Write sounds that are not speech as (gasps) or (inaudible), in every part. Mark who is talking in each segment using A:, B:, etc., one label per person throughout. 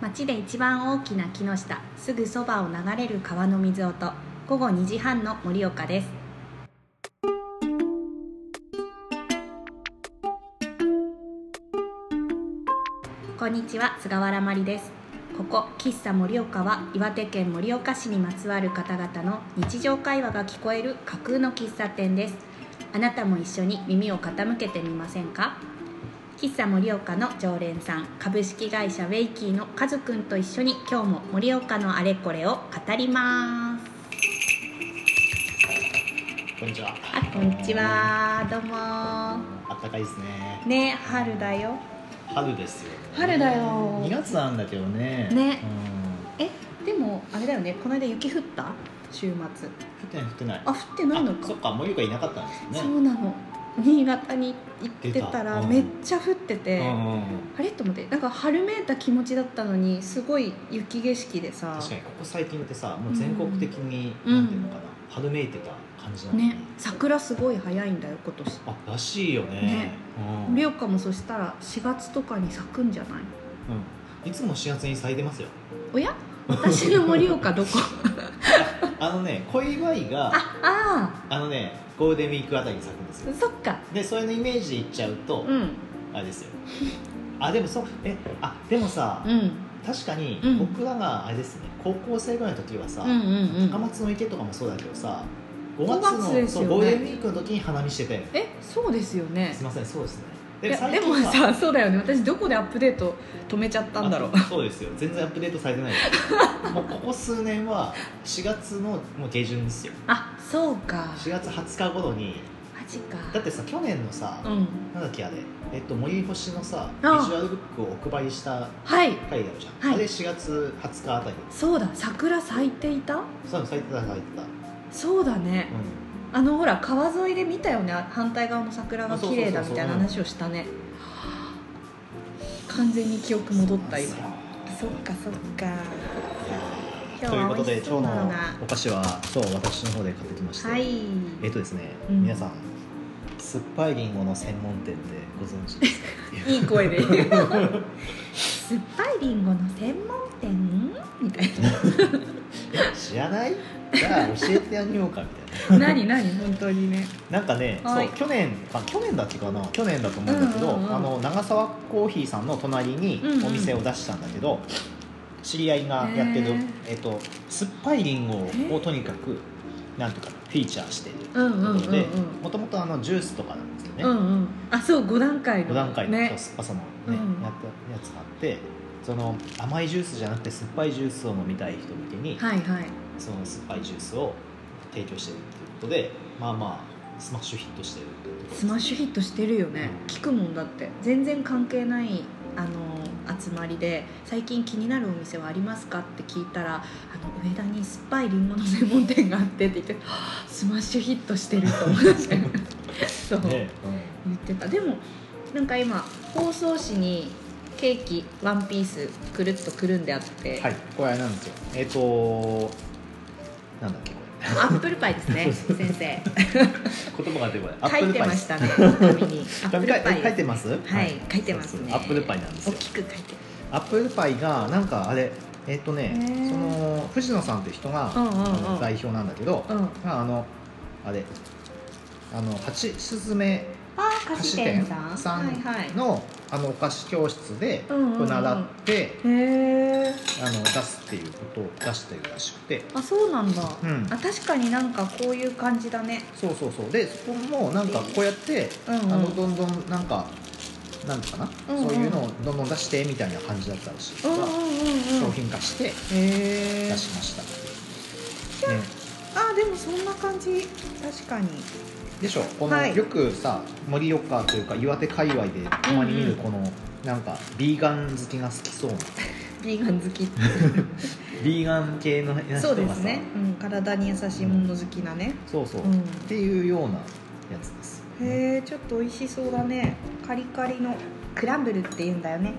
A: 町で一番大きな木の下すぐそばを流れる川の水音午後2時半の盛岡ですこんにちは菅原真理ですここ喫茶盛岡は岩手県盛岡市にまつわる方々の日常会話が聞こえる架空の喫茶店ですあなたも一緒に耳を傾けてみませんか喫茶盛岡の常連さん株式会社ウェイキーのカズくんと一緒に今日も盛岡のあれこれを語ります
B: こんにちは。
A: あこんにち。はどうも
B: あったかいですね。
A: ね春だよ
B: 春ですよ。
A: 春だよ
B: 二月なんだけどね。
A: ね
B: うん。
A: えでもあれだよねこの間雪降った週末
B: 降ってない降ってない。
A: あ降ってないのか
B: そっか森岡いなかったんです
A: そ
B: よね。
A: うなの新潟に行ってた
B: 出た
A: ら
B: うん
A: めっちゃ降ってて、
B: うんうんうん。
A: あれと思ってなんか春めいた気持ちだったのにすごい雪景色でさ
B: 確かにここ最近ってさ、もう全国的に、
A: うん
B: なんていうのかな、春めいてた感じなの
A: ね桜すごい早いんだよ今年
B: あ、らしいよね。
A: ね
B: うん。
A: 盛岡もそしたら4月とかに咲くんじゃない
B: うん。いつも四月に咲いてますよ。
A: おや私の盛岡どこ (laughs)
B: あのね、小祝いがあ
A: ああ
B: のね、ゴールデンウィークあたりに咲くんですよ。
A: ーそっか
B: で、それのイメージでいっちゃうと、
A: うん
B: あれですよ。あ、でもそう、え、あ、でもさ、
A: うん
B: 確かに
A: うん
B: 僕らがあれですね、高校生ぐらいの時はさ、
A: うんうんうん
B: 高松の池とかもそうだけどさ5
A: 五
B: 月
A: 月
B: の
A: ですよ
B: そ
A: ね
B: うゴールデンウィークの時に花見してて
A: えそうですよね
B: すいませんそうですね
A: いや
B: 最
A: で
B: 近
A: も
B: は
A: さそうだよね私どこでアップデート止めちゃったんだろう
B: あそうですよ全然アップデートされてないで
A: (laughs)
B: すもうここ数年は4月のもう下旬ですよ
A: あそうか
B: 4月20日頃に
A: マジか
B: だってさ去年のさ、
A: うん
B: なんだっけあれ、えっと、森星のさビジ
A: あ
B: ュアルブックをお配りした
A: はい
B: 回あるじゃん、
A: はい
B: あれ4月20日あたり
A: そうだ桜咲いていた
B: そういうの咲いてた咲いてた、
A: そうだね
B: うん
A: あのほら川沿いで見たよね反対側の桜が綺麗だ
B: そう
A: み
B: そうそうそう
A: たいな話をしたね完全に記憶戻った今そっかそっか今日
B: という
A: は
B: こと
A: 美
B: で
A: 味し
B: 今日
A: そう
B: の
A: なのが
B: お菓子は今日私の方で買ってきまして、
A: はい
B: えっとですね、
A: うん
B: 皆さん酸っぱいりんごの専門店ってご存知ですか (laughs)
A: いい (laughs) 声で酸っぱいリンゴの専門店みたい
B: え知らないじゃあ教えてやりようかみたいな
A: (laughs) な何何本当にね
B: なんかね、
A: はい
B: そう去年あ去年だっけかな去年だと思うんだけ
A: う
B: ど、
A: んうんうん
B: あの長沢コーヒーさんの隣に
A: うんうん
B: お店を出したんだけど、知り合いがやって
A: へ
B: る
A: ー、
B: えっと、酸っぱいりんごをとにかくなんとかフィーチャーしている
A: うんうんうんうん
B: でもともとあのジュースとかなんですよね、
A: うんうんあそう5段階の
B: 5段階の
A: ね
B: 酸っぱさの、ね
A: うん
B: やったやつがあってその甘いジュースじゃなくて酸っぱいジュースを飲みたい人向けに、
A: はいはい
B: その酸っぱいジュースを提供してるっていうことでまあまあスマッシュヒットしてるっていうこと
A: スマッシュヒットしてるよね聞くもんだって全然関係ないあの集まりで「最近気になるお店はありますか?」って聞いたら「あの上田に酸っぱいりんごの専門店があって」って言 (gasps) ってはぁ「スマッシュヒットしてる」と思って
B: (laughs)
A: そう、
B: ね、
A: 言ってたでもなんか今包装紙にケーキワンピースくるっとくるんであって、
B: はいこれあれなんですよえっ、となんだっけこ
A: アップルパイです
B: (laughs)
A: ね先生
B: れ言葉が出てこない
A: 書いてまし
B: ア
A: たね紙に
B: (laughs)
A: ア
B: ッ
A: ッ
B: プ
A: プ
B: ル
A: ル
B: パ
A: パ
B: イ
A: イ
B: です
A: で
B: 書いて
A: す
B: ます
A: はい書いてますね
B: アップルパイなんです
A: 大
B: よ
A: きく書いてる
B: アップルパイがなんかあれえっ、とね
A: へー
B: その藤野さんって人が、
A: うんうんうん
B: あの代表なんだけど、
A: うん
B: まああのあれあの八すずめ
A: あー菓子店さん
B: さん
A: はいはい
B: の,、あのお菓子教室で
A: うんうんうん
B: 習って、
A: へえ
B: あの出すっていうことを出してるらしくて
A: あそうなんだ、
B: うん
A: あ確かになんかこういう感じだね
B: そうそうそうでそこもなんかこうやって、
A: うんうん
B: あのどんどんなんかなんかな、
A: うんうん
B: そういうのをどんどん出してみたいな感じだったらしいか
A: うん
B: ら、
A: うんうんう
B: 商
A: ん
B: 品化して
A: へえ
B: 出しましたっていう、ね
A: あでもそんな感じ確かに
B: でしょこの、
A: はい
B: よくさ盛岡というか岩手界隈でたまに見るこの、なんかビーガン好きが好きそうな
A: ビーガン好き
B: ビーガン系の人がさ
A: そうですね、うん、体に優しいもの好きなね、
B: そうそう、
A: う
B: っ
A: ん、
B: ていうようなやつです
A: へえちょっと美味しそうだねカリカリのクランブルって言うんだよね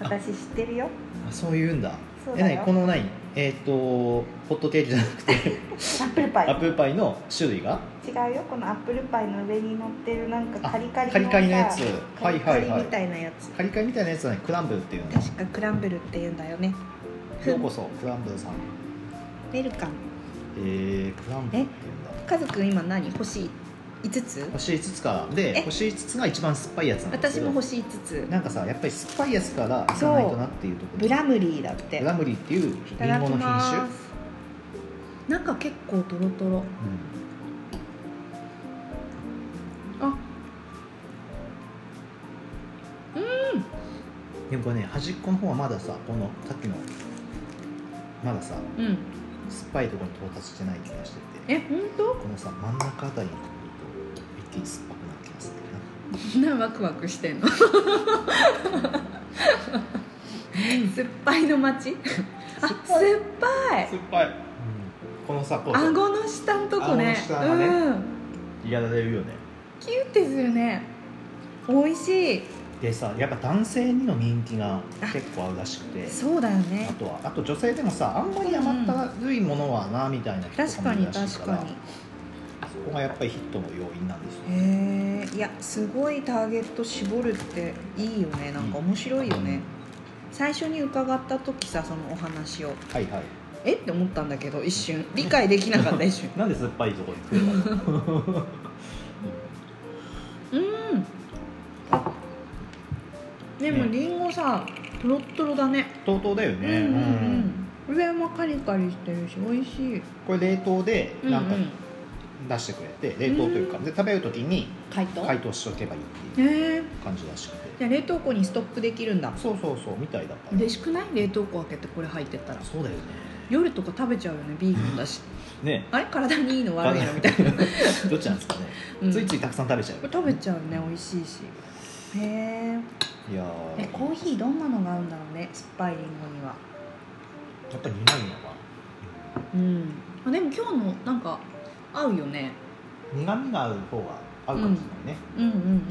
A: 私知ってるよ
B: あそういうんだ
C: そう
B: え
C: だ
B: 何
C: よ
B: この何えっ、とホットケーキじゃなくて
C: アップルパイ
B: アップルパイの種類が
C: 違うよこのアップルパイの上に乗ってるなんか
B: あ
C: カリカリの
B: カリカリのやつ
C: さ
A: カ
B: はい
A: リ
B: は
A: カ
B: い
A: リ
B: は
A: み
B: い
A: たいなやつ、
B: カリカリみたいなやつはねクランブルっていうのよ
A: 確かクランブルっていうんだよね
B: うこそクランブルさん
A: ベルカム
B: えー、クランブルっていうんだ
A: カズくん今何欲しい5つ
B: 星5つから
A: え
B: で星5つが一番酸っぱいやつなんです
A: 私
B: けど
A: も欲しい5つ
B: なんかさやっぱり酸っぱいやつからいかないとなっていうところ
A: ブラムリーだって
B: ブラムリーっていうリ
A: い
B: ン
A: ただ
B: ゴ
A: き
B: の品種、
A: ます中結構トロトロあ
B: うんでもこれね端っこの方はまださこのさっきのまださ
A: うん
B: 酸っぱいところに到達してない気がしてて
A: え本当
B: このさ真ん中あたりに来ると一気に酸っぱくなってきますね
A: そんなワクワクしてんの酸っぱいの街あ酸っぱい
B: 酸っぱい、うん、このさこうさ
A: 顎の下のとこね
B: 顎の下がね
A: うん
B: やられるよね
A: キュッてするね美味しい
B: でさやっぱ男性にの人気が結構合うらしくて
A: そうだよね
B: あとはあと女性でもさあんまり甘ったるいものはなみたいな人と
A: 確
B: か
A: か
B: もい
A: に
B: るらしい
A: 確か
B: か
A: らに
B: そこがやっぱりヒットの要因なんですよ
A: へえいやすごいターゲット絞るっていいよねなんか面白いよね、最初に伺った時さそのお話を
B: はいはい
A: えって思ったんだけど一瞬理解できなかった一瞬
B: なんで酸っぱいとこに来るの
A: うんあでも
B: ね
A: りんごさとろっとろだね
B: とうとうだよね、
A: うん
B: う
A: う
B: ん
A: んうん上もカリカリしてるし美味しい
B: これ冷凍でなんか
A: うんうん、
B: 出してくれて、冷凍というかで食べる時に
A: 解凍
B: 解凍しておけばいいっていう
A: へえ
B: 感じらしくて
A: じゃあ冷凍庫にストップできるんだ
B: そうそうそうみたいだから
A: 嬉しくない冷凍庫開けてこれ入ってったら
B: そうだよね
A: 夜とか食べちゃうよねビーフンだし
B: ね
A: あれ体にいいの悪いのみたいな、
B: (laughs) どっちなんですかね、
A: うん
B: ついついたくさん食べちゃ
A: これ
B: う
A: 食べちゃうね美味しいしへえ
B: いや
A: え
B: ー
A: コーヒーどんなのが合うんだろうね酸っぱいりんごには
B: やっぱり苦いのは
A: うんあでも今日のなんか合うよね
B: 苦味がある方が合うかもしれないね、
A: うんうん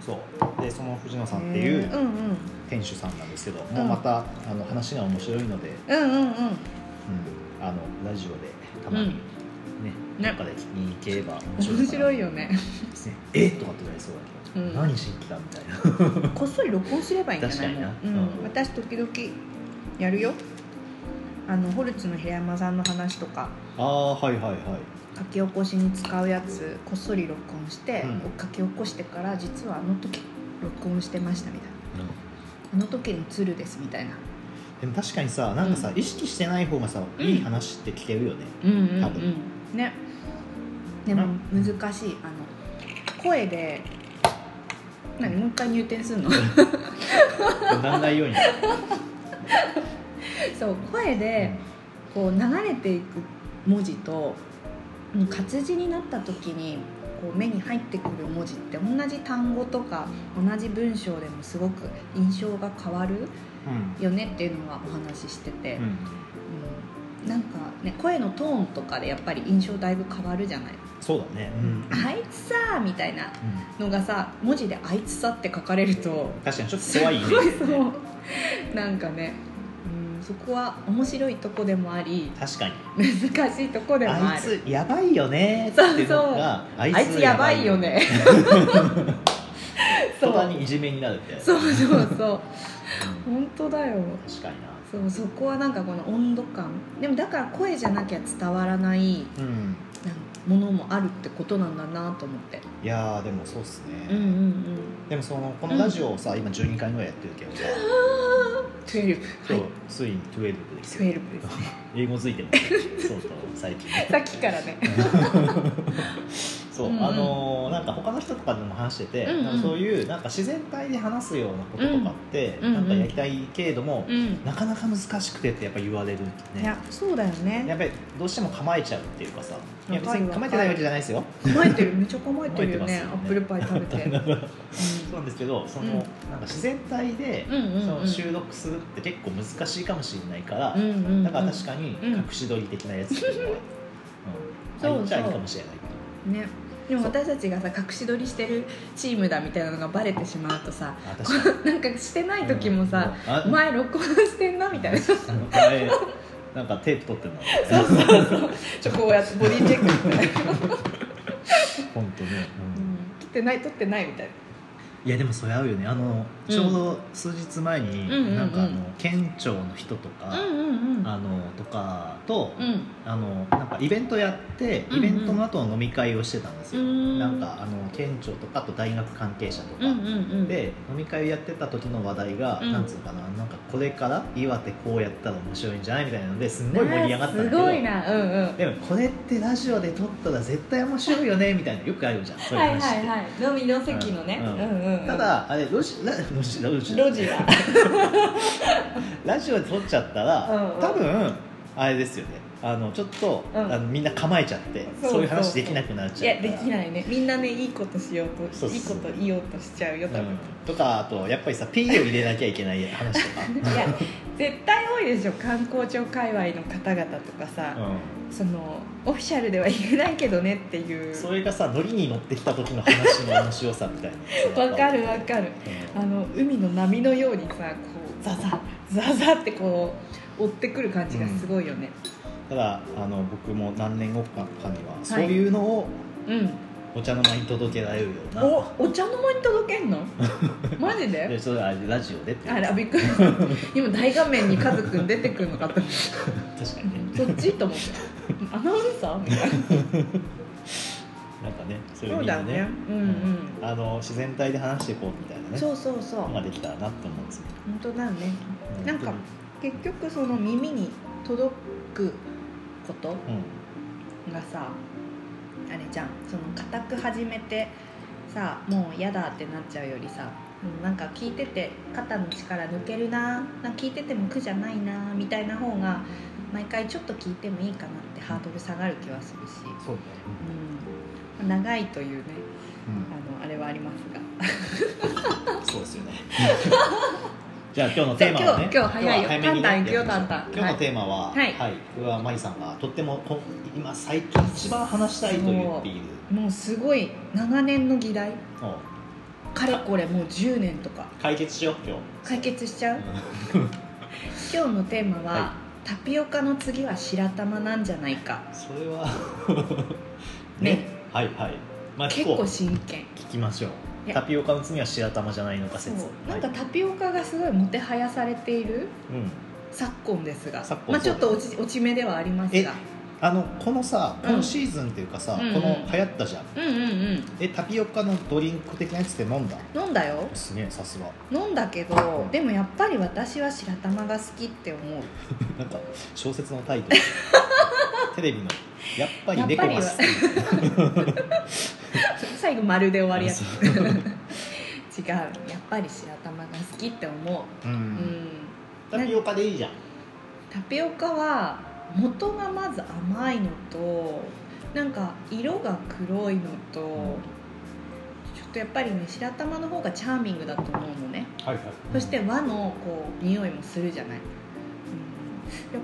B: そうでその藤野さ
A: うんん
B: ってい
A: へえう
B: うん
A: うん
B: 店主さんなんですけど、
A: ん
B: もうまたあの話が面白いので、
A: うんうんうん
B: うんあのラジオでたまにね、
A: ね
B: 中で聞きに行けば面白い
A: 面白い
B: よ、
A: よね
B: ね、えっとかってなりそうだけど、
A: うん
B: 何しに来たみたいな
A: (laughs) こっそり録音すればいいんじゃない
B: 確か
A: う
B: に
A: ん
B: なうん
A: 私時々やるよあのホルツの平山さんの話とか
B: ああはいはいはい
A: 書き起こしに使うやつこっそり録音して、
B: うん
A: 書き起こしてから実はあの時録音してましたみたいなあの時の鶴ですみたいな
B: でも確かにさなんかさ、
A: う
B: 意識してない方がさ
A: うん
B: いい話って聞けるよね、
A: うんうん
B: 多
A: うんねでも難しいあの声で何もう一回入店する
B: (laughs)
A: の
B: なんな
A: (laughs)
B: いように、
A: そう声でこう流れていく文字とうん活字になった時にこう目に入ってくる文字って同じ単語とか同じ文章でもすごく印象が変わる
B: うん
A: よねっていうのはお話ししてて、
B: うん
A: うんなんかね声のトーンとかでやっぱり印象だいぶ変わるじゃない
B: そうだね、うん
A: 「あいつさ」みたいな
B: う
A: のがさ文字で「あいつさ」って書かれると
B: ん確かにちょっと怖いイ
A: (laughs)
B: メージ
A: すごいそうなんかねうんそこは面白いとこでもあり
B: 確かに
A: 難しいとこでもあ
B: あ
A: る
B: いつやばいよねっていうのがあ
A: あいつやばいよ
B: (laughs)
A: ねそ
B: 途
A: う
B: 端にいじめになるみたいな
A: そうそうそう
B: うん
A: 本当だよ
B: 確かにな
A: そうそこはなんかこの温度感でもだから声じゃなきゃ伝わらないなん
B: うん
A: ものもあるってことなんだなと思って
B: いやーでもそうっす
A: うんうん
B: ね、
A: うん
B: でもそのこのラジオをさ、今12回ぐらいやってるけどさ、
A: 12は
B: そう
A: い
B: ついに12です
A: 12
B: よ
A: ですね
B: 英語ついても
A: (laughs)
B: そうそう最近
A: さっきからね
B: そう、
A: うんうん
B: あのーなんか他の人とかでも話してて、
A: うんうん
B: なんかそういうなんか自然体で話すようなこととかって、
A: うん
B: なんかやりたいけれども、
A: うん
B: なかなか難しくてってやっぱ言われるね
A: いやそうだよね
B: やっぱりどうしても構えちゃうっていうかさいや
A: わか
B: 別
A: る
B: に構えてないわけじゃないですよ
A: 構えてるめっちゃ構えてるよ
B: 構えてます
A: ね
B: よね
A: アップルパイ食べ
B: (laughs)
A: て
B: そうなんですけどその、
A: うん
B: なんか自然体で、
A: うんうんうん
B: そ
A: うん
B: の収録するって結構難しいかもしれないから、
A: うんうんうん
B: だから確かに
A: うん
B: 隠し撮り的なやつっていうのは、
A: そ
B: うん
A: うそう
B: あ言っちゃいいかもしれないけど
A: ねでも私たちがさ隠し撮りしてるチームだみたいなのがバレてしまうとさ
B: あ確かに
A: なんかしてない時もさ、
B: うんあ
A: お前録音してんなみたい
B: (laughs)
A: な
B: お前なんかテープ取ってんの
A: ちょこうやってボディチェックみたいな、
B: (laughs) 本当ね、
A: う
B: うん
A: ん、撮ってない撮ってないみたい
B: いやでもそれ合うよねあの
A: うん
B: ちょうど数日前に、
A: うんうんうん
B: なんかあの県庁の人とか
A: な、うんうんうん
B: あのとかと、
A: うん
B: あのなんかイベントやって
A: うんうん
B: イベントの後の飲み会をしてたんですよ、
A: うん
B: なんかあの県庁とかあと大学関係者とか、
A: うんうんうん
B: で飲み会をやってた時の話題が、
A: うん
B: なんつうのかななんかこれから岩手こうやったら面白いんじゃないみたいなのですんごい盛り上がったんだけど
A: すごいなうんうん
B: でもこれってラジオで撮ったら絶対面白いよねみたいなよくあるじゃんそういう
A: は
B: 話
A: い
B: って
A: はいはい飲みの席のね、
B: うん
A: うんうん
B: ただあれロジラロジロジ
A: 路地は
B: ラジオで撮っちゃったら、
A: うんうん
B: 多分あれですよねあのちょっと、
A: うん
B: あのみんな構えちゃって
A: そうそう
B: そういう話できなくなっ
A: い
B: ちゃ
A: や
B: うから
A: できないねみんなねいいことしようと
B: そうそ
A: い
B: う
A: いこと言おうとしちゃうよ多
B: うん
A: 分、
B: とかあとやっぱりさ P を入れなきゃいけない話と
A: (laughs)
B: か、
A: いや絶対多いでしょ観光庁界隈の方々とかさ、
B: う、
A: そのオフィシャルでは言えないけどねっていうん
B: それがさノリに乗ってきた時の話の面白さみたい
A: (laughs)
B: な
A: わかるわかる
B: う
A: あの海の波のようにさこうザザザザってこう追ってくる感じがすごいよね
B: んただあの僕も何年後かにはそういうのを
A: うん、
B: お茶の間に届けられるような、
A: おお茶の間に届け
B: (laughs)
A: んのマジで
B: でそれはラジオでっていう
A: あら
B: (laughs)
A: びっくり今大画面にカズくん出てくるのかと思っ
B: 確かにね
A: たそっちと思ってアナウンサーみたいな
B: なんかねそうい
A: そ
B: う
A: う
B: みんな
A: だ
B: ね
A: ねうんうん
B: あの自然体で話していこうみたいなね
A: そうそうそう
B: のが
A: 本
B: できたらなって思うんですよ
A: 当だねなんか
B: 本
A: 結局その耳に届くこと
B: 当に
A: がさあれじゃんその固く始めてさもう嫌だってなっちゃうよりさうんなんか聞いてて肩の力抜けるななんか聞いてても苦じゃないなみたいな方が毎回ちょっと聞いてもいいかなってハードル下がる気はするし、
B: うんそうね
A: うん、長いというね
B: う
A: あ
B: ん
A: のあれはありますが
B: そうですよねじゃあ今日のテーマはね
A: じゃあ今日今日早いよ
B: 今日は早めに
A: タ
B: ね
A: ンタン行くよ
B: やってみましょう
A: タンタン
B: 今日のテーマは
A: はい
B: はい僕はマリさんがとってもこ今最近一番話したいと言っている
A: もうすごい長年の議題
B: お
A: かれこれもう10年とか
B: 解決しよう今日
A: 解決しちゃう
B: う
A: 今日のテーマは、
B: は
A: タピオカの次は白玉なんじゃないか
B: んそ
A: (laughs)
B: れは
A: ね
B: はいはいまあ
A: 結
B: 結
A: 構
B: 構
A: 真剣
B: 聞きましょう
A: いや
B: タピオカの罪は白玉じゃないのか
A: そ
B: 説
A: うなんか
B: はい
A: タピオカがすごいもてはやされている
B: うん
A: 昨今ですが
B: 昨今
A: まあ、ちょっと
B: そう
A: 落ち落ち目ではありますが
B: あのこのさ
A: うん
B: このシーズンっていうかさ、
A: うんうん
B: この流行ったじゃん
A: うんうんうん
B: えタピオカのドリンク的なやつって飲んだ
A: 飲んだよ
B: すげえさすが (laughs)
A: 飲んだけどでもやっぱり私は白玉が好きって思う
B: なんか小説のタイトル (laughs) テレビの「やっぱり猫が好き」
A: 最後丸で終わりや
B: そう
A: 違うやっぱり白玉が好きって思
B: う
A: う、うんん、
B: タピオカでいいじゃん
A: タピオカは元がまず甘いのとなんか色が黒いのと、ちょっとやっぱりね白玉の方がチャーミングだと思うのね、
B: はいはい
A: そして和のこう匂いもするじゃない、うん、や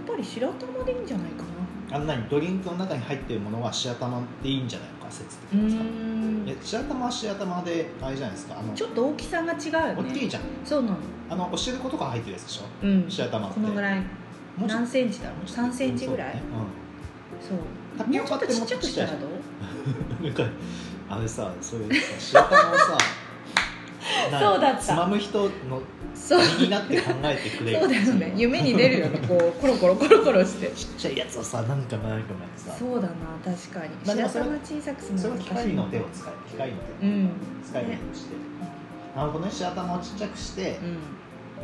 A: っぱり白玉でいいんじゃないかな
B: あんなにドリンクの中に入ってるものは白玉でいいんじゃないのか説的
A: う
B: にさえ
A: ん
B: 白玉は白玉であれじゃないですかあの
A: ちょっと大きさが違うよ
B: 大
A: ね
B: きいじゃん
A: そうなの
B: あのお汁粉とか入ってるやつでしょ
A: うん
B: 白玉って
A: このぐらい
B: もうちょっ
A: 何センチだろう
B: と
A: 3センチぐらい
B: そうねうん
A: そう
B: タピオカって
A: もうちょっとち
B: も
A: っちゃくし
B: っとちったちゃい
A: らどう
B: なん (laughs) かあれさそれさ白玉をさなん
A: (laughs)
B: か
A: そうだった
B: つまむ人の
A: そう
B: 身になって考えてくれる
A: そうだよね夢に出るよねこうコロコロコロコロして
B: ちっちゃいやつをさなんかなんかなんかさ
A: そうだな確かに
B: まあ
A: 白
B: でもそれ
A: 玉小さくする
B: それ
A: の難
B: は機
A: し
B: 械
A: い
B: の手を使え機械の
A: う
B: 手を
A: ん
B: 使えるようにして、なるほどね白玉をちっちゃくして
A: う、ん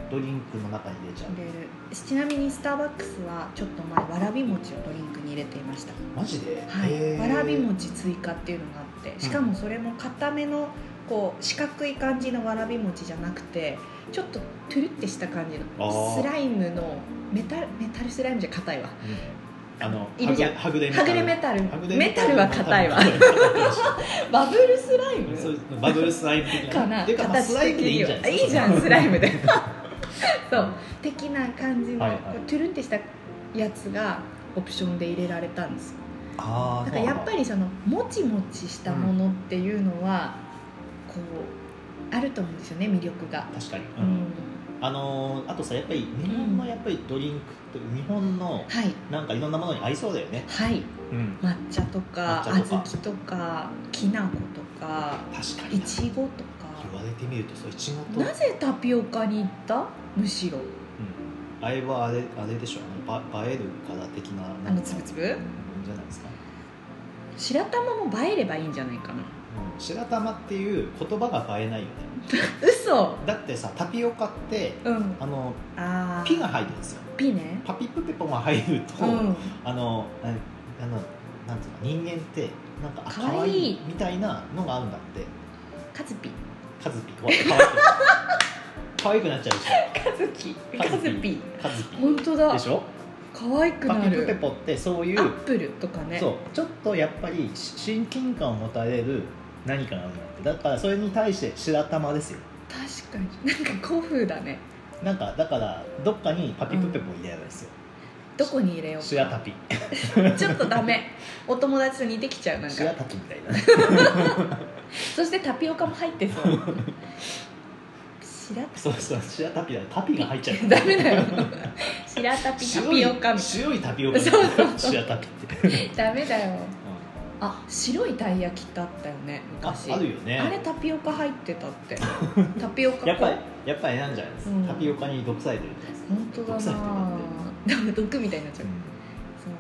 B: ドリンクの中に入れちゃう
A: 入れるちなみにスターバックスはちょっと前わらび餅をドリンクに入れていました
B: マジで、
A: はい
B: へー
A: わらび餅追加っていうのがあってしかもそれも固めのこう四角い感じのわらび餅じゃなくてちょっとトゥルってした感じ
B: あ
A: の
B: ー
A: スライムのメタルメタルスライムじゃ硬いわ
B: うんあの
A: いるじゃん
B: はぐれ
A: はぐれメ
B: タ
A: タル
B: ルはぐれ
A: メタルは硬いわバブルスライム
B: (laughs) そういうバドルスライム的な
A: かな
B: っていうか、まあ、スライムでいいんじゃない
A: あいいじゃんスライムでそう的な感じの、
B: はいはい
A: こうトゥルンってしたやつがオプションで入れられたんですよ
B: (laughs) あ
A: な
B: あ
A: んかやっぱりそのもちもちしたものっていうのは、こうあると思うんですよね魅力が。
B: 確かに、
A: う
B: うん
A: ん、
B: あのーあとさやっぱり日本のやっぱりドリンクって日本の
A: はい
B: なんかいろんなものに合いそうだよね、
A: はい
B: うん、
A: 抹茶とか
B: 抹茶と
A: 小豆と
B: か
A: かきな粉とか
B: 確か
A: い
B: にな
A: ちごと
B: 言
A: か
B: われてみるとそういちごと、
A: なぜタピオカに行ったむしろ
B: うん、あれはあれあれでしょあのば映えるから的な
A: あ
B: なん
A: の
B: か
A: つぶつぶ
B: うんじゃないですか、
A: 白玉も映えればいいんじゃないかな
B: うん、白玉っていう言葉が映えないよね
A: 嘘
B: だってさタピオカって
A: うん
B: あの
A: あー
B: ピが入るんですよ
A: ピね
B: パピプペポが入ると、
A: うん
B: あのああのなんつうか人間ってなんかあ
A: かわいい
B: 可愛いみたいなのがあるんだって
A: カズピ
B: カズピかわいく可愛くなっちゃうでし
A: カズキ
B: ょ
A: カズピ
B: カズピ
A: 本当だ
B: でしょ
A: 可愛く
B: パ
A: な
B: ピプペ
A: る
B: ポってそうい
A: ア
B: う
A: ップルとかね
B: そうちょっとやっぱりし親近感を持たれる何かがあるんだってだからそれに対して白玉ですよ
A: 確かになんか古風だね
B: なんかだからどっかにパピプペポを入れるんですよ、
A: どこに入れよう
B: 白タピ
A: かちょっとダ
B: (laughs)
A: メお友達と似てきちゃうなん
B: 白
A: か
B: タピみたいな
A: (laughs) そしてタピオカも入
B: (laughs)
A: ってそう白タ
B: そうそう白タピだよタピが入っちゃう
A: ピダメだよ白タピタ
B: 白い
A: ピオカみたい
B: 白いタピオカ
A: そうそうそう
B: 白タピって、
A: なダメだよ
B: う
A: あ白いたい焼きってあったよね
B: んあ
A: 昔
B: あるよ
A: あれ
B: ね
A: タピオカ入ってたって
B: (laughs)
A: タピオカ粉
B: やっぱりやっぱりなんじゃないですか、
A: うん
B: タピオカに毒されてるんです
A: 本当だ
B: 毒されてる
A: な
B: なんて
A: でも毒みたいになっちゃう,、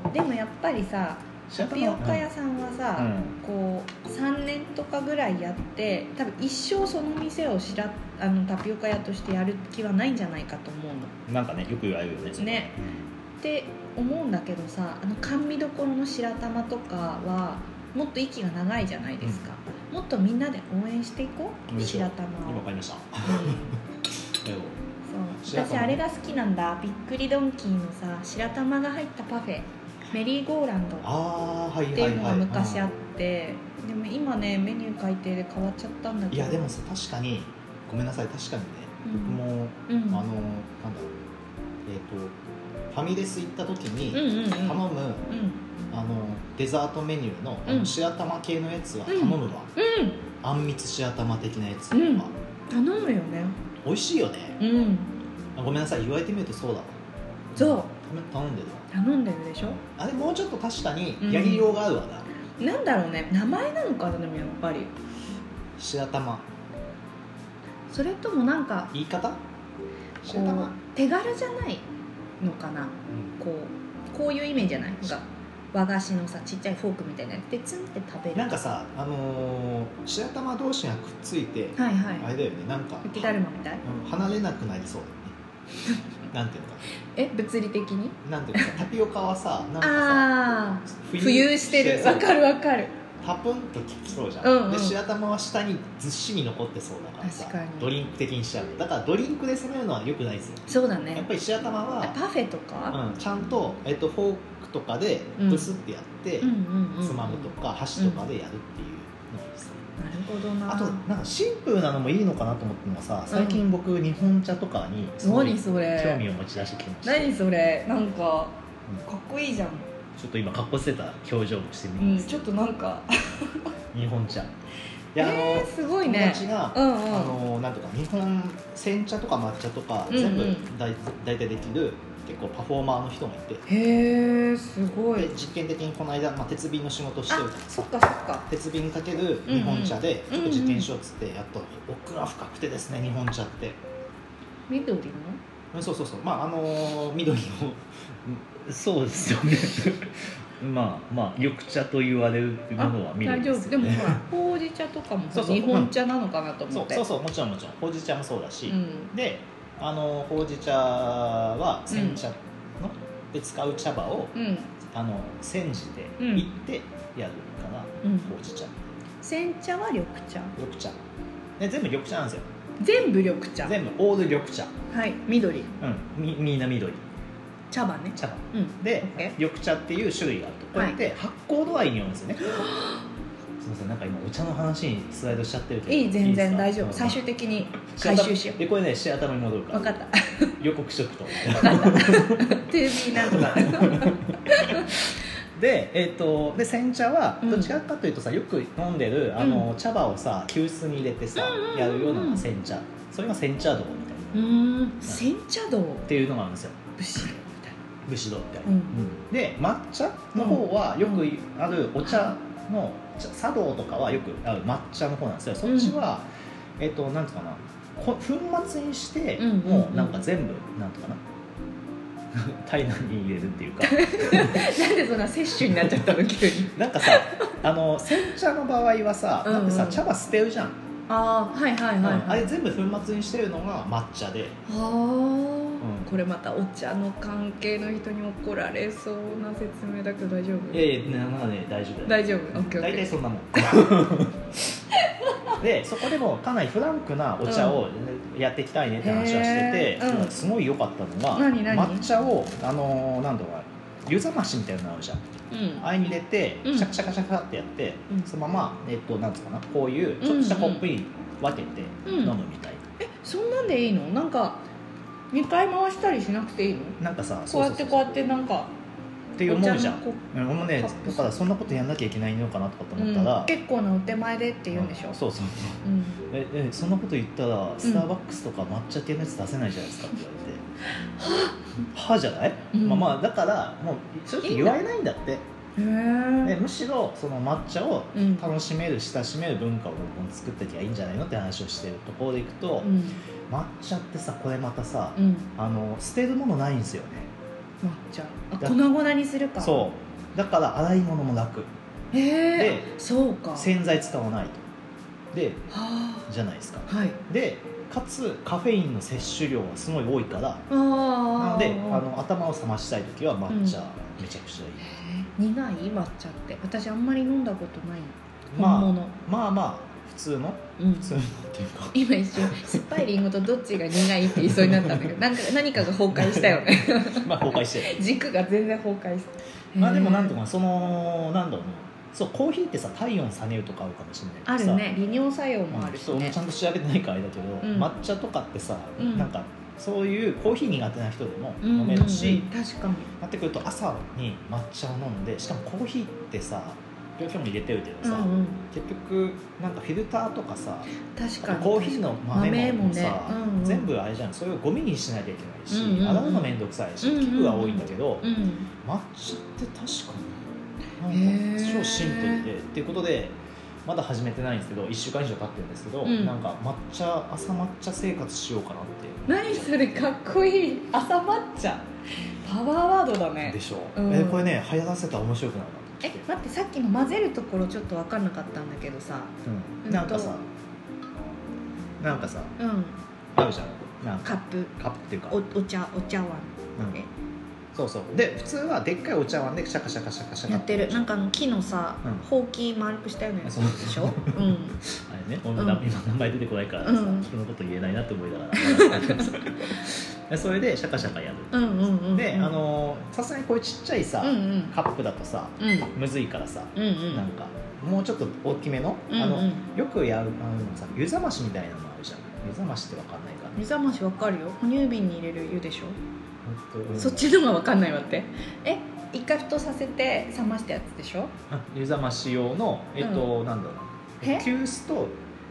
A: そうでもやっぱりさタ
B: 白
A: ピオカ屋
B: さ
A: さんはさ、こう3年とかぐらいやって多分一生その店をしらあのタピオカ屋としてやる気はないんじゃないかと思うの
B: うん、なんかねよく言われるよねそれ
A: ねって思うんだけどさあの甘味どころの白玉とかはもっと息が長いじゃないですか、もっとみんなで応援していこ
B: 応
A: う
B: 援し
A: 白
B: よう
A: 玉
B: 今
A: を
B: わかりましたでも
A: そう
B: 白玉
A: 私あれが好きなんだびっくりドンキーのさ白玉が入ったパフェメリーゴーランドっ
B: ああはい
A: て
B: はいいは
A: う
B: い
A: のが昔あっ
B: う
A: て、でも今ねメニュー改定で変わっちゃったんだ
B: ん
A: けど
B: いやでもさ確かにごめんなさい確かにね、
A: うん
B: 僕も
A: うん、
B: あのなんだろうえっ、とファミレス行った時
A: うん
B: に
A: うんうん
B: 頼む、
A: うん
B: あのデザートメニューのあ
A: う
B: の
A: ん
B: 白玉系のやつは頼
A: う
B: むわ、
A: ん
B: あんみつ白玉的なやつは、
A: うん頼むよね
B: 美味しいよね、
A: うん
B: あごめんなさい言われてみるとそうだわ
A: そう
B: 頼頼んでるわ
A: 頼んでるでしょ
B: あれもうちょっと確かにやりようがあるわな、
A: なんだろうね名前なのかなでもやっぱり
B: 白玉
A: それともなんか
B: 言い方
A: こ
B: 白玉、
A: う手軽じゃないのかな
B: う
A: こうこういうイメージじゃないなんか和菓子のさちっちゃいフォークみたいなやつでツンって食べる
B: ん、なんかさあのー白玉同士がくっついて、
A: はいはい
B: あれだよねなんか
A: 雪だるまみたい
B: うん離れなくなりそうだよね (laughs) なんていうのか
A: え物理的に
B: ななんていうのかタピオカはさなんかさ
A: ああ浮遊してるわかるわかる
B: タプンときそうじゃん、
A: うんうん
B: で白玉は下にずっしり残ってそうだからさ
A: 確かに
B: ドリンク的にしちゃうだからドリンクで攻めるのはよくないですよ
A: そうだ
B: やっ
A: ね
B: ぱり白玉は
A: パフェとか、
B: うん、ちゃんと、えっとフォークとかで
A: うん
B: ブスってやって、
A: うん、うんうんうん
B: つまむとか箸とかでやるっていうのがいいですね、
A: なるほどな
B: あとなんかシンプルなのもいいのかなと思ったのはさ最近僕、日本茶とかにすごい
A: 何それ
B: 興味を持ち出してきました、
A: 何それなんか
B: うん
A: かっこいいじゃん、
B: ちょっと今かっこつけた表情もして
A: う
B: み
A: ん、
B: ます、
A: ちょっとなんか
B: 日本茶いや、
A: えー、すご
B: あ
A: い
B: の友
A: ね
B: 達が、
A: うん
B: あ
A: うん
B: のなんとか日本煎茶とか抹茶とか
A: うんうん
B: 全部だい大体、できる結構パフォーマーの人がいて、
A: へえすご
B: で
A: い
B: 実験的にこの間、まあ、鉄瓶の仕事をしてるから
A: そ
B: さ
A: っかそっか
B: 鉄瓶かける日本茶で
A: うんうん
B: ちょっと実験しようっつってやっと奥が深くてですね日本茶って
A: 緑の
B: うんそうそうそうまああのー緑のうんそうですよね (laughs) まあまあ緑茶と言われるも
A: あ
B: のは緑
A: 大
B: で
A: 丈
B: す
A: 夫で
B: よね
A: もほらほうじ茶とかも
B: そ
A: さ
B: うそう
A: 日本茶なのかなと思
B: そ
A: っ
B: う
A: て
B: そうそうもちろんもちろんほうじ茶もそうだし、
A: うん
B: であのほうじ茶は煎茶の、で使う茶葉を
A: うん
B: あの煎じて
A: うん
B: いってやるから、
A: うん
B: ほうじ茶
A: 煎茶は緑茶
B: 緑茶で全部緑茶なんですよ
A: 全部緑茶
B: 全部オール緑茶
A: はい緑
B: うんみみんな緑
A: 茶葉ね
B: 茶葉
A: うん
B: で
A: OK
B: 緑茶っていう種類があるとこうやって発酵度合いによるんですよね、すみませんなんか今お茶の話にスライドしちゃってるけど
A: いい全然大丈夫
B: ですか
A: 最終
B: うん
A: 的に回収しよ
B: でこれね白玉に戻る
A: う
B: から
A: 分か (laughs) った
B: 予告しとくと
A: 分かった To be なんとか
B: で,、えー、とで煎茶は
A: うん
B: どっちらかというとさよく飲んでるあの、茶葉をさ急須に入れてさ、
A: うんうんうん
B: やるような煎茶それが煎茶道みたいな
A: うーん煎茶道
B: っていうのがあるんですよ
A: 武士道みたい
B: 武士道みたいな、
A: うん
B: で抹茶の方はよくあるお茶の茶茶道とかはよくある抹茶の方なんですよそっちは、えっ、となんていうかなこ粉末にして、
A: うんうんうん
B: もうなんか全部なんていうかな (laughs) 体内に入れるっ
A: (laughs)
B: ていうか
A: ななんでそんな摂取になっちゃったの急に
B: なんかさあの煎茶の場合はさ
A: うんう
B: だ
A: ん
B: ってさ茶葉捨てるじゃん、
A: ああはいはいはい
B: うんあ
A: はい
B: れ全部粉末にしてるのが抹茶で
A: ああ、
B: ん
A: これまたお茶の関係の人に怒られそうな説明だけど大丈夫
B: いやいやなんかね大丈夫
A: 大丈夫オッケーオッ
B: 大
A: ケ
B: 体
A: ー
B: そんな
A: (laughs)
B: もんでそこでもかなりフランクなお茶をやっていきたいねって話はして
A: へ
B: て、
A: ーうん
B: すごい良かったのが
A: 何何
B: 抹茶をあのーなんだろうな湯冷ましみたいなのあるじゃん
A: うん
B: あれに入れてシ
A: うん
B: ャカシャカシャカってやって、
A: うん
B: そのままえっとなんつうかなこういうちょっとしたコップに分けて
A: うん
B: 飲むみたいな、
A: そんなんでいいのなんか2回回したりしなくていいの
B: なんかさ
A: こうやってこうや
B: っ
A: ってなんか
B: ていう思うじゃ
A: お
B: ん
A: 茶の
B: うん俺もね
A: カップ
B: だからそんなことやんなきゃいけないのかなとかと
A: こう
B: 思ったら、
A: うん結構なお手前でって言うんでしょ、
B: そうそうそう
A: うん
B: ええそんなこと言ったらスターバックスとか抹茶系のやつ出せないじゃないですかって言われて、はあじゃない、
A: うん
B: まあまあだからもう正直言われないんだって
A: へ
B: で
A: え
B: むしろその抹茶を
A: うん
B: 楽しめる親しめる文化をどんどん作っていきゃいいんじゃないのって話をしてるところでいくと、
A: うん
B: 抹茶ってさこれまたさ、
A: うん
B: あの捨てるものないんですよね
A: 抹茶あ粉々にするか
B: そうだから洗い物も楽
A: うへえ
B: で
A: そうかは
B: 洗剤使わないとで
A: あ
B: じゃないですか
A: はい
B: でかつカフェインの摂取量はすごい多いから
A: ああ
B: なのであ
A: へ
B: の頭を冷ましたい時は抹茶、めちゃくちゃいい、
A: え苦い抹茶って私あんまり飲んだことないの
B: ま
A: 本
B: あ
A: 物、
B: まあまあ普通の
A: うん
B: 普通のっていうか
A: 今一
B: (laughs)
A: 瞬酸っぱいりんごとどっちが苦いって言いそうになったんだけどなんか何かが崩壊したよ
B: (laughs)
A: ね
B: まあ崩壊してる
A: 軸が全然崩壊した
B: まあでもなんと
A: か
B: かそのなんだろうなそうコーヒーってさ体温下げるとかあるかもしれな
A: あ
B: いけ
A: る
B: どさ
A: ね利尿作用
B: うん
A: もあるし
B: そう
A: ね
B: ちゃんと調べてないからあれだけど、
A: ん
B: 抹茶とかってさ、
A: うん
B: なんかそういうコーヒー苦手な人でも
A: うんうんうん
B: 飲めるし、
A: 確かに
B: なってくると朝に抹茶を飲んでしかもコーヒーってさ今日も入れてるけど
A: うん
B: さ、
A: うん
B: 結局なんかフィルターとかさ
A: 確かに
B: コーヒーの豆もさ、
A: 豆もねうんうん
B: 全部あれじゃんそれをゴミにしなきゃいけないし、
A: うんうんうん
B: 洗うの面倒くさいし
A: うんうんうん
B: 器具が多いんだけど、
A: うん
B: 抹茶って確か
A: へ
B: になん
A: ー
B: か超シンプルでっていうことでまだ始めてないんですけど1週間以上経ってるんですけど、
A: うん
B: なんか抹茶朝抹茶生活しようかなって
A: 何それかっこいい朝抹茶パワーワードだね
B: でしょ、
A: うん
B: えこれね流行らせたら面白くなるな
A: え
B: と思っ
A: 待
B: て
A: ってさっきの混ぜるところちょっと分かんなかったんだけどさう
B: う
A: ん
B: ん、
A: と
B: なんかさなんかさ
A: うん
B: あるじゃんなん
A: カ
B: か
A: ップ
B: カップっていうか
A: おお茶お茶碗
B: うんそうそうで普通はでっかいお茶碗でシャカシャカシャカシャカ
A: やってるなん
B: か
A: かあの木のさ、
B: うん
A: ほうき丸くしたようなやつ
B: そう
A: でし
B: (laughs)
A: ょうん
B: あれね俺もな
A: うん
B: 今名前出てこないからさ、
A: うん
B: 人のこと言えないなって思いな
A: (laughs)
B: がらそれでシャカシャカやる、
A: うんうんうん
B: であのーさすがにこういうちっちゃいさ、
A: うんうん
B: カップだとさ
A: うんうん
B: むずいからさ、
A: うんうん
B: なんかもうちょっと大きめの,、
A: うん
B: あ
A: う
B: の
A: ん
B: よくやるあのさ湯冷ましみたいなのあるじゃん湯冷ましってわかんないか
A: 目覚ましわかるよ哺乳瓶に入れる湯でしょ、
B: な、うんと
A: そっちの方がわかんないわってえ一回沸騰させて冷ましたやつでしょ
B: あ湯冷まし用のえっと、なんだろう
A: え
B: な急須と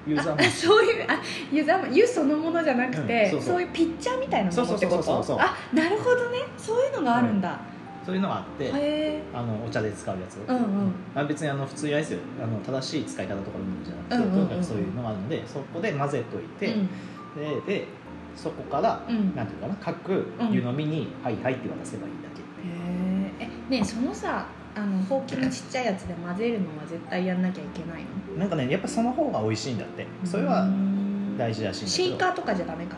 B: 湯冷ま
A: あ
B: し
A: そういうあ湯ざま湯そのものじゃなくて、
B: うん
A: そ
B: そううそう
A: いうピッチャーみたいなものってこと
B: そうそうそうそうそう
A: あなるほどねそういうのがあるんだ、
B: そういうのがあって、
A: へえ
B: あのお茶で使うやつ、
A: うんうん
B: あ別にあの普通にあれですよあの正しい使い方とかうんじゃなくて、
A: うんうんうんうん
B: とにかくそういうのがあるのでそこで混ぜといて、
A: うん
B: ででそこから、
A: うん
B: なんていうかな各湯飲みに「はいはい」って渡せばいいだけ、
A: へええねえそのさあのほうきのちっちゃいやつで混ぜるのは絶対やんなきゃいけないの
B: なんかねやっぱその方が美味しいんだってそれは大
A: 事
B: 事らしいんだけ
A: シ
B: ど
A: ェイカーとかじゃダメか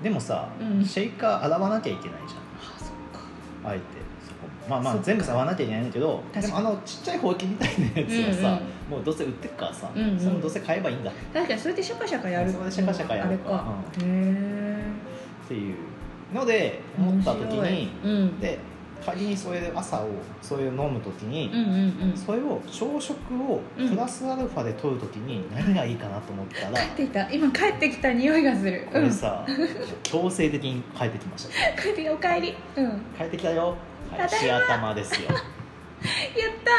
B: でもさ、
A: うん
B: シェイカー洗わなきゃいけないじゃん
A: あそっか
B: あえてそこもまあま
A: そ
B: あ
A: っか
B: 全部触らなきゃいけないんだけど
A: 確かに
B: でもあのちっちゃいほうきみたいなやつはさ、もうどうせ売ってるからさ、
A: うんうん
B: そのどうせ買えばいいんだっ
A: 確かにそれでシャカシャカやる
B: それでシャカシャカやるか
A: あれか、へ
B: ていうので
A: え
B: 思った時
A: 面白い
B: に
A: うん、
B: で仮にそれで朝をそれを飲む時に、
A: うんうんうん
B: それを朝食をプラスアルファで取る時に何がいいかなと思ったら、
A: 帰ってきた今帰ってきた匂いがする、
B: こ
A: うん、
B: れ
A: 帰
B: さ、強制的に変えてきました
A: ってきたおかえりうん
B: 変えてきたよはい、白玉ですよ
A: やっ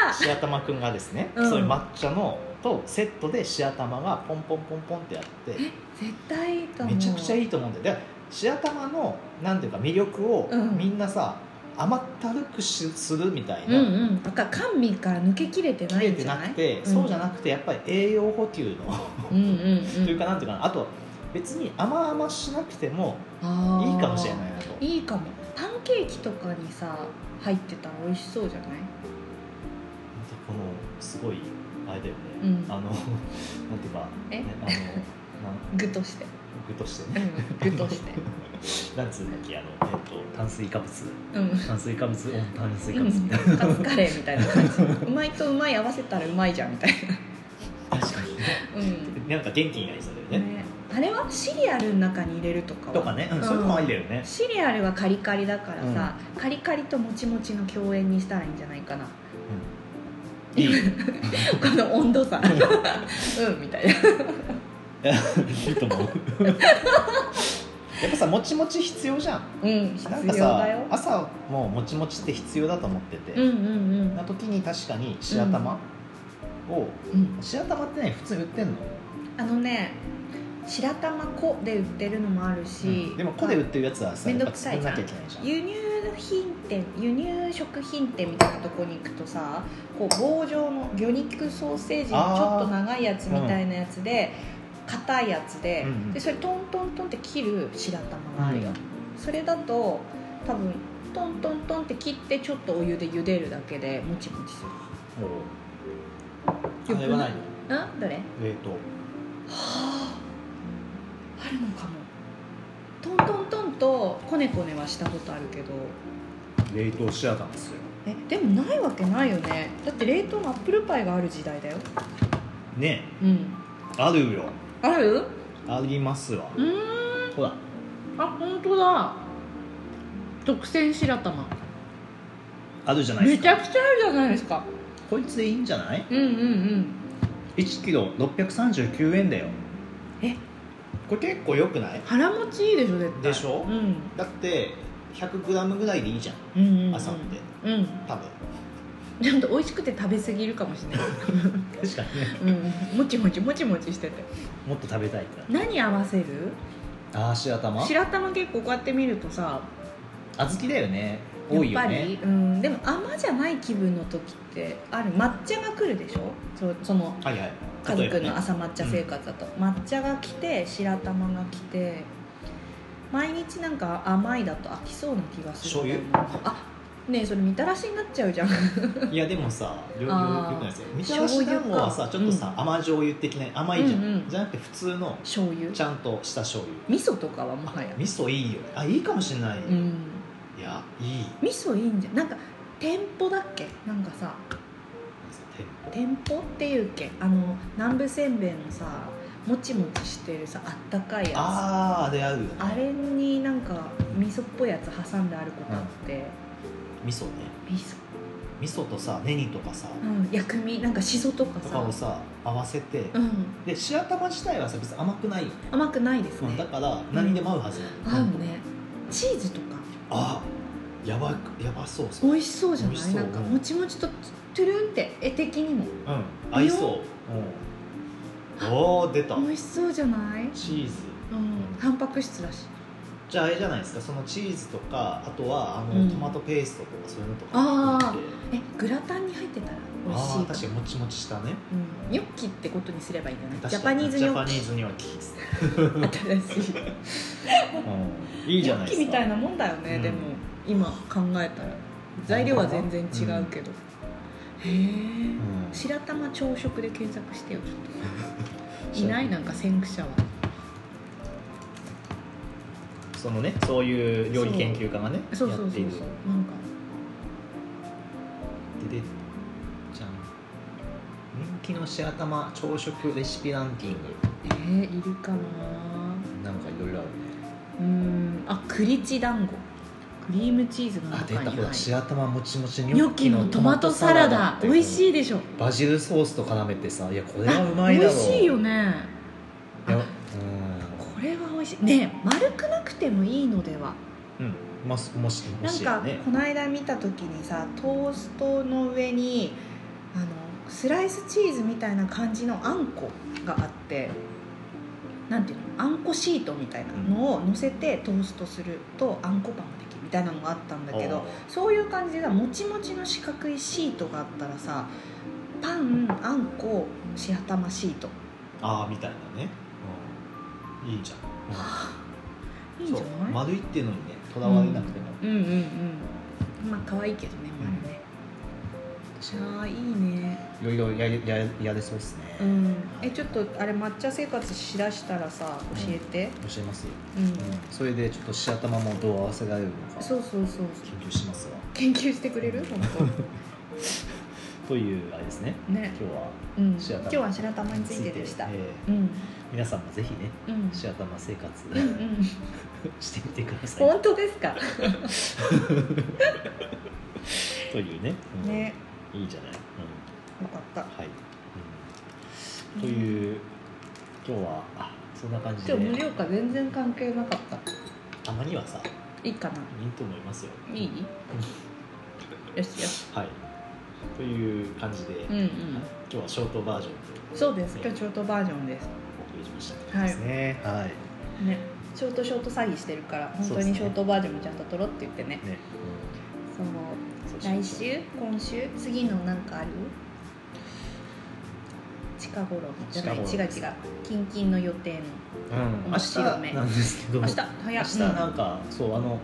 A: た
B: 白玉くんがですね、
A: うん
B: そういう抹茶のとセットで白玉がポンポンポンポンってやって
A: 絶対いいと思う
B: めちゃくちゃ
A: い
B: いいと思うんだよで白玉のなんていうか魅力を
A: うん
B: みんなさ、甘ったるくしするみたい
A: うん
B: な、
A: うんなんか甘味から抜けきれて
B: 切
A: な
B: れ
A: いんじ
B: て
A: ゃ
B: な
A: な
B: く
A: い
B: て、
A: ん
B: そうじゃなくてやっぱり栄養補給の、
A: うんうんうん、
B: というかなんていうかなあと別に甘々しなくても
A: あー
B: いいかもしれないなと
A: いいかもパンケーキとかにさ入ってたら美味しそうじゃない
B: またこのすごいあれだよね、
A: うん
B: あの (laughs) なんていうか
A: え
B: ねあのなん
A: 具として
B: 具として
A: う
B: ね
A: ん
B: (laughs)
A: 具として
B: なんつうんだっけあの、えっと、炭水化物
A: うん
B: 炭水化物オン炭水化
A: う
B: 物
A: ん
B: みたいな、
A: カツカレーみたいな感じうまいとうまい合わせたらうまいじゃんみたい
B: 確
A: (laughs)
B: か
A: な
B: に
A: うん
B: ねなんか元気になりそうだよね
A: ね、あれはシリアルの中に入れるとかは
B: とかね、うん、そういうのもありだよね、
A: シリアルはカリカリだからさ、カリカリともちもちの共演にしたらいいんじゃないかな
B: いいい
A: この温度差うんみたいな、
B: いと思う (laughs) やっぱさもちもち必要じゃん
A: うん、
B: なん
A: 必
B: か
A: 要だ
B: さ
A: よ
B: 朝ももちもちって必要だと思ってて、
A: うんうん
B: な時に確かに白玉を、
A: うん、うん、
B: 白玉ってね普通に売ってんの、
A: あのね白玉粉で売ってるのもあるし、
B: でも個で売ってるやつはさ
A: めん
B: や
A: ど
B: っぱ
A: くさ
B: 作
A: い
B: ん
A: じゃん
B: なきゃいけないじゃん
A: 輸入品店輸入食品店みたいなとこに行くとさこう棒状の魚肉ソーセージの
B: あ
A: ち
B: ー
A: ょっと長いやつみたいなやつで硬いやつで,、
B: うんうん
A: でそれトントントンって切る白玉があるよ、それだと多分トントントンって切ってちょっとお湯で茹でるだけでもちもちする
B: おうあれはないの
A: んどれは
B: 冷凍
A: ああるのかもトントントンとコネコネはしたことあるけど
B: 冷凍白玉ですよ
A: えでもないわけないよねだって冷凍のアップルパイがある時代だよ
B: ね
A: うん
B: あるよ
A: ある
B: ありますわ
A: うーん
B: ほら
A: あ本当だ特選白玉
B: あるじゃないで
A: め
B: す
A: ちゃ
B: か
A: くちゃあるじゃないですか
B: こいつでいいんじゃない
A: うんうんうん
B: 1キロ639円だよ
A: え
B: これ結構よくない
A: 腹持ちいいでしょ絶対
B: でしょ
A: うん、
B: だって 100g ぐらいでいいじゃん
A: うんうんうん
B: 朝って
A: うん
B: 多分
A: ちょっと美味しくて食べ過ぎるかもしれない、
B: 確かにね
A: うん、もちもちもちもちしてて
B: もっと食べたいから
A: 何合わせる
B: ああ白玉
A: 白玉結構こうやって見るとさ
B: 小豆だよね多いよ
A: やっぱり、
B: ね
A: うん、でも甘じゃない気分の時ってある抹茶が来るでしょそその
B: はいはい
A: 家
B: 例えば
A: 族
B: ね
A: の朝抹茶生活だと、抹茶が来て白玉が来て毎日なんか甘いだと飽きそうな気がする
B: 醤油
A: あねえそれみたらしになっちゃうじゃん
B: いやでもさよよよく
A: あー
B: ないですよみたらし団子はさちょっ
A: 醤油か
B: とさ、甘醤油的な甘いじゃん、
A: うんうん
B: じゃなくて普通の
A: 醤油
B: ちゃんとした醤油
A: 味噌とかはもはや
B: 味噌いいよあいいかもしれない、
A: う
B: い
A: ん
B: やいい
A: 味噌いいんじゃんなんか店舗だっけなんかさ店舗っていうっけあの南部せんべいのさもちもちしてるさあったかいやつ
B: あーあれあるよね
A: あれになんか味噌っぽいやつ挟んであることあって、
B: 味噌ね
A: 味噌、
B: 味噌とさネギとかさ、
A: うん、薬味なんかしそとか
B: と
A: さ
B: かをさ合わせて、
A: うん、
B: で白玉自体はさ別に甘くないよね、
A: 甘くないです
B: うんだ
A: ね
B: から何でも合うはずなの
A: 合うねチーズとか
B: あーやばいやばそうそ
A: 美
B: う
A: 味しそうじゃな
B: 美
A: い
B: 味しそう
A: なんかもちもちとトゥルンって絵的にも
B: うん合いそう、うん、おー出た
A: 美味しそうじゃない、
B: チーズ
A: うん、タンパク質だし
B: じゃああれじゃないですかそのチーズとかあとはあの、
A: うん
B: トマトペーストとかそういうのとか
A: あー
B: 入れて
A: えグラタンに入ってたら美味しい
B: あー確か
A: か
B: に
A: も
B: もちもちしたね
A: うん、ニョッキってことにすればいいんじゃないジャパ
B: 確かに
A: ニーズ
B: ジ
A: ニ
B: ャ
A: ョ
B: パ
A: ッ
B: ニ
A: キ
B: ーズニョッキ、
A: 新しい
B: うん、いいじゃないですか
A: みたいなもんだよね、
B: うん
A: でも今考えたら材料は全然違うけど、
B: う
A: へえ
B: ん
A: 白玉朝食で検索してよちょっとい
B: 白
A: ないなんか先駆者は
B: そのねそういう料理
A: そう
B: 研究家がね
A: そうそうそう
B: やって
A: そ
B: いうる
A: なんか
B: ででじゃん人気の白玉朝食レシピランキング
A: えー、いるかな
B: なんかいろいろあるね
A: うーんあ栗チ団子クリームチーズの
B: あ出
A: 中に
B: たほら
A: 入る
B: 白玉もちもちニ
A: ニョッキのトマトサラダ美味
B: い
A: しいでしょ
B: バジルソースと絡めてさいやこれはう
A: あ
B: まいだ
A: 美
B: ろ
A: 味しいよね
B: いや
A: これは美味しいねえ丸くなくてもいいのでは
B: ううんまあもしも
A: なん
B: しや
A: か
B: ね
A: この間見た時にさトーストの上にあのスライスチーズみたいな感じのあんこがあってなんていうのあんこシートみたいなのを乗せてトーストするとあんこパンができるみたいなのがあったんだけどそういう感じでもちもちの四角いシートがあったらさパンあんこ白玉シート
B: ああみたいなね、うん、いいじゃん、うん
A: いいんじゃ
B: そう
A: ない
B: 丸いっていうのにねとらわれなくても、
A: うんうんうんまあ可愛いけどね丸ね、ああいいね
B: いろいろやりややれそうですね、
A: うん、えちょっとあれ抹茶生活しだしたらさ教えて、
B: 教えますよ、
A: うん
B: うんそれでちょっと白玉もどう合わせられるのか
A: そうそうそう
B: 研究しますわ
A: 研究してくれ (laughs) る本
B: というあれですね
A: 当ね
B: 今、日は
A: うん、
B: 白玉
A: 今日は白玉についてでした
B: え
A: うん
B: ー皆さんもぜひね
A: うん
B: 白玉生活
A: うんうん
B: してみてください
A: 本当ですか
B: というね,、うん、
A: ね
B: いいじゃない、うん、
A: よかった
B: はい、うんという今日はあそんな感じで
A: 今日無料化全然関係なかった
B: たまにはさ
A: いいかない
B: いと思いますよ
A: いいよしよし
B: はいという感じで、
A: うんう
B: はい
A: ん
B: 今日はショートバージョンで
A: そうです今日ショートバージョンです
B: お送りしました
A: はい
B: ですねはい
A: ねショートショート詐欺してるから本
B: そ
A: 当
B: うです
A: に
B: ね
A: ショートバージョンもちゃんと取ろうって言ってね
B: ね、
A: その
B: うんそうしま
A: 来
B: しょう
A: 週今週次のなんかある近頃のじゃない
B: 近
A: 違う
B: 頃
A: 違う近々の予定の
B: うん、
A: 面白いね
B: 明日なんですけど
A: 明日
B: 明
A: 早
B: 日なんか、そうあの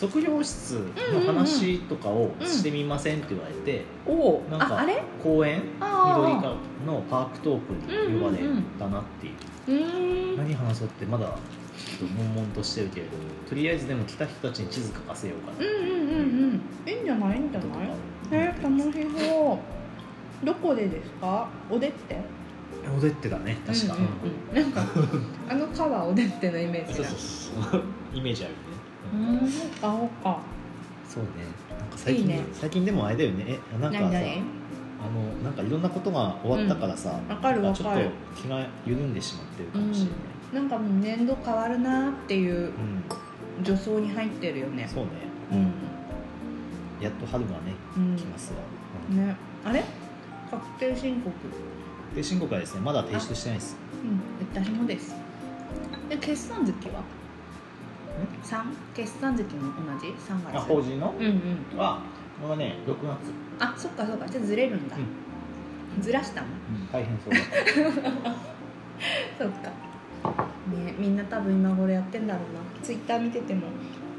B: 測量室の話とかをしてみませんって言われて、
A: うん、おお
B: なん
A: あ
B: か
A: あれ
B: 公園緑
A: あ
B: 川のパークトークに呼ばれたなっていう,、
A: ーうーん
B: 何話そうってまだちょっと悶々としてるけれどとりあえずでも来た人たちに地図書かせようかな
A: うんうんうんうんいいんじゃないいいんじゃないえー、楽しそうどこでですかおでって
B: おでってだね確か、
A: うんうんうん、なんかあの川おでってのイメージ
B: そう
A: が
B: そうそうイメージあるね、
A: うーんそうかそうか
B: そうねなんか最近
A: いいね
B: 最近でもあれだよねえなんかさ
A: 何何
B: あのなんかいろんなことが終わったからさ、
A: わかる
B: な
A: わ
B: んかちょ
A: か
B: っ
A: る
B: と気が緩んでしまってるかもしれな
A: な
B: い、
A: んかもう年度変わるなーっていう
B: うん
A: 助走に入ってるよね
B: そうね、
A: うん、
B: やっと春がね
A: うん
B: 来ますわ、うん
A: ねあれ確定申告
B: で申告はですねまだ提出してないです
A: うん私もですで決算月は三決算月も同じ三月
B: 人の
A: うんうん
B: はこれはね6月、
A: あそっかそっかじゃあずれるんだ、ずらしたの
B: 大変そうだから
A: そっかねみんな多分今頃やってんだろうなツイッター見てても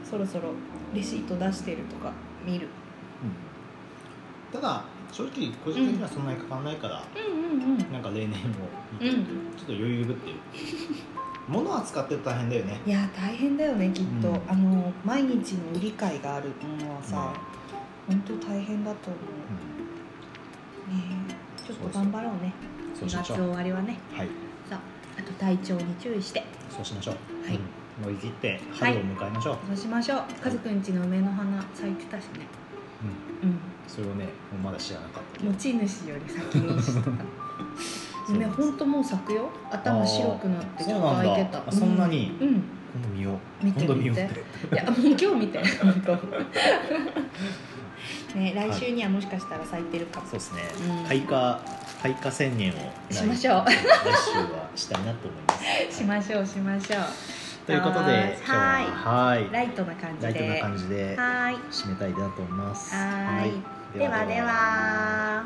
A: そろそろレシート出してるとか見る
B: (laughs) ただ正直個人的にはそんなにかかんないから、
A: うんうんうん
B: なんか例年も
A: う
B: ちょっ
A: ん
B: と余裕ぶってる物扱ってると大変だよね
A: いや大変だよねきっと、
B: うん
A: あの毎日の売り買いがあるものはさ、本当大変だと思う
B: う
A: ねえちょっと頑張ろうね
B: んそう
A: 2
B: しま
A: 月
B: しょ
A: 終
B: う
A: わりはね
B: はい
A: あと体調に注意して
B: そうしましょう、
A: はい
B: うん乗り切って春を迎えましょう、
A: そうしましょう家族ん家の梅の花咲いてたしねう
B: それをねもうまだ知らなかったけ
A: ん
B: ど
A: 持ち主より先に
B: (laughs)
A: してた
B: そう
A: 梅ほんともう咲くよ頭白くなってちょっと開いてた
B: あそんなに
A: うん、うん
B: 今度見よう
A: 見て
B: 今度見よ
A: 見
B: うって
A: ていやもう今日
B: (laughs)
A: 見て本当 (laughs) ね来週にはもしかしたら咲いてるかも
B: そうですね、
A: うん
B: 開花開花宣言を来
A: しましょう
B: 来週はしたいなと思います
A: (laughs) しましょうしましょ
B: ということで今日は
A: はい
B: は
A: う
B: い
A: ライトな感じ
B: ライトな
A: で
B: 感じで
A: はーい
B: 締めたいなと思います
A: はーいではでは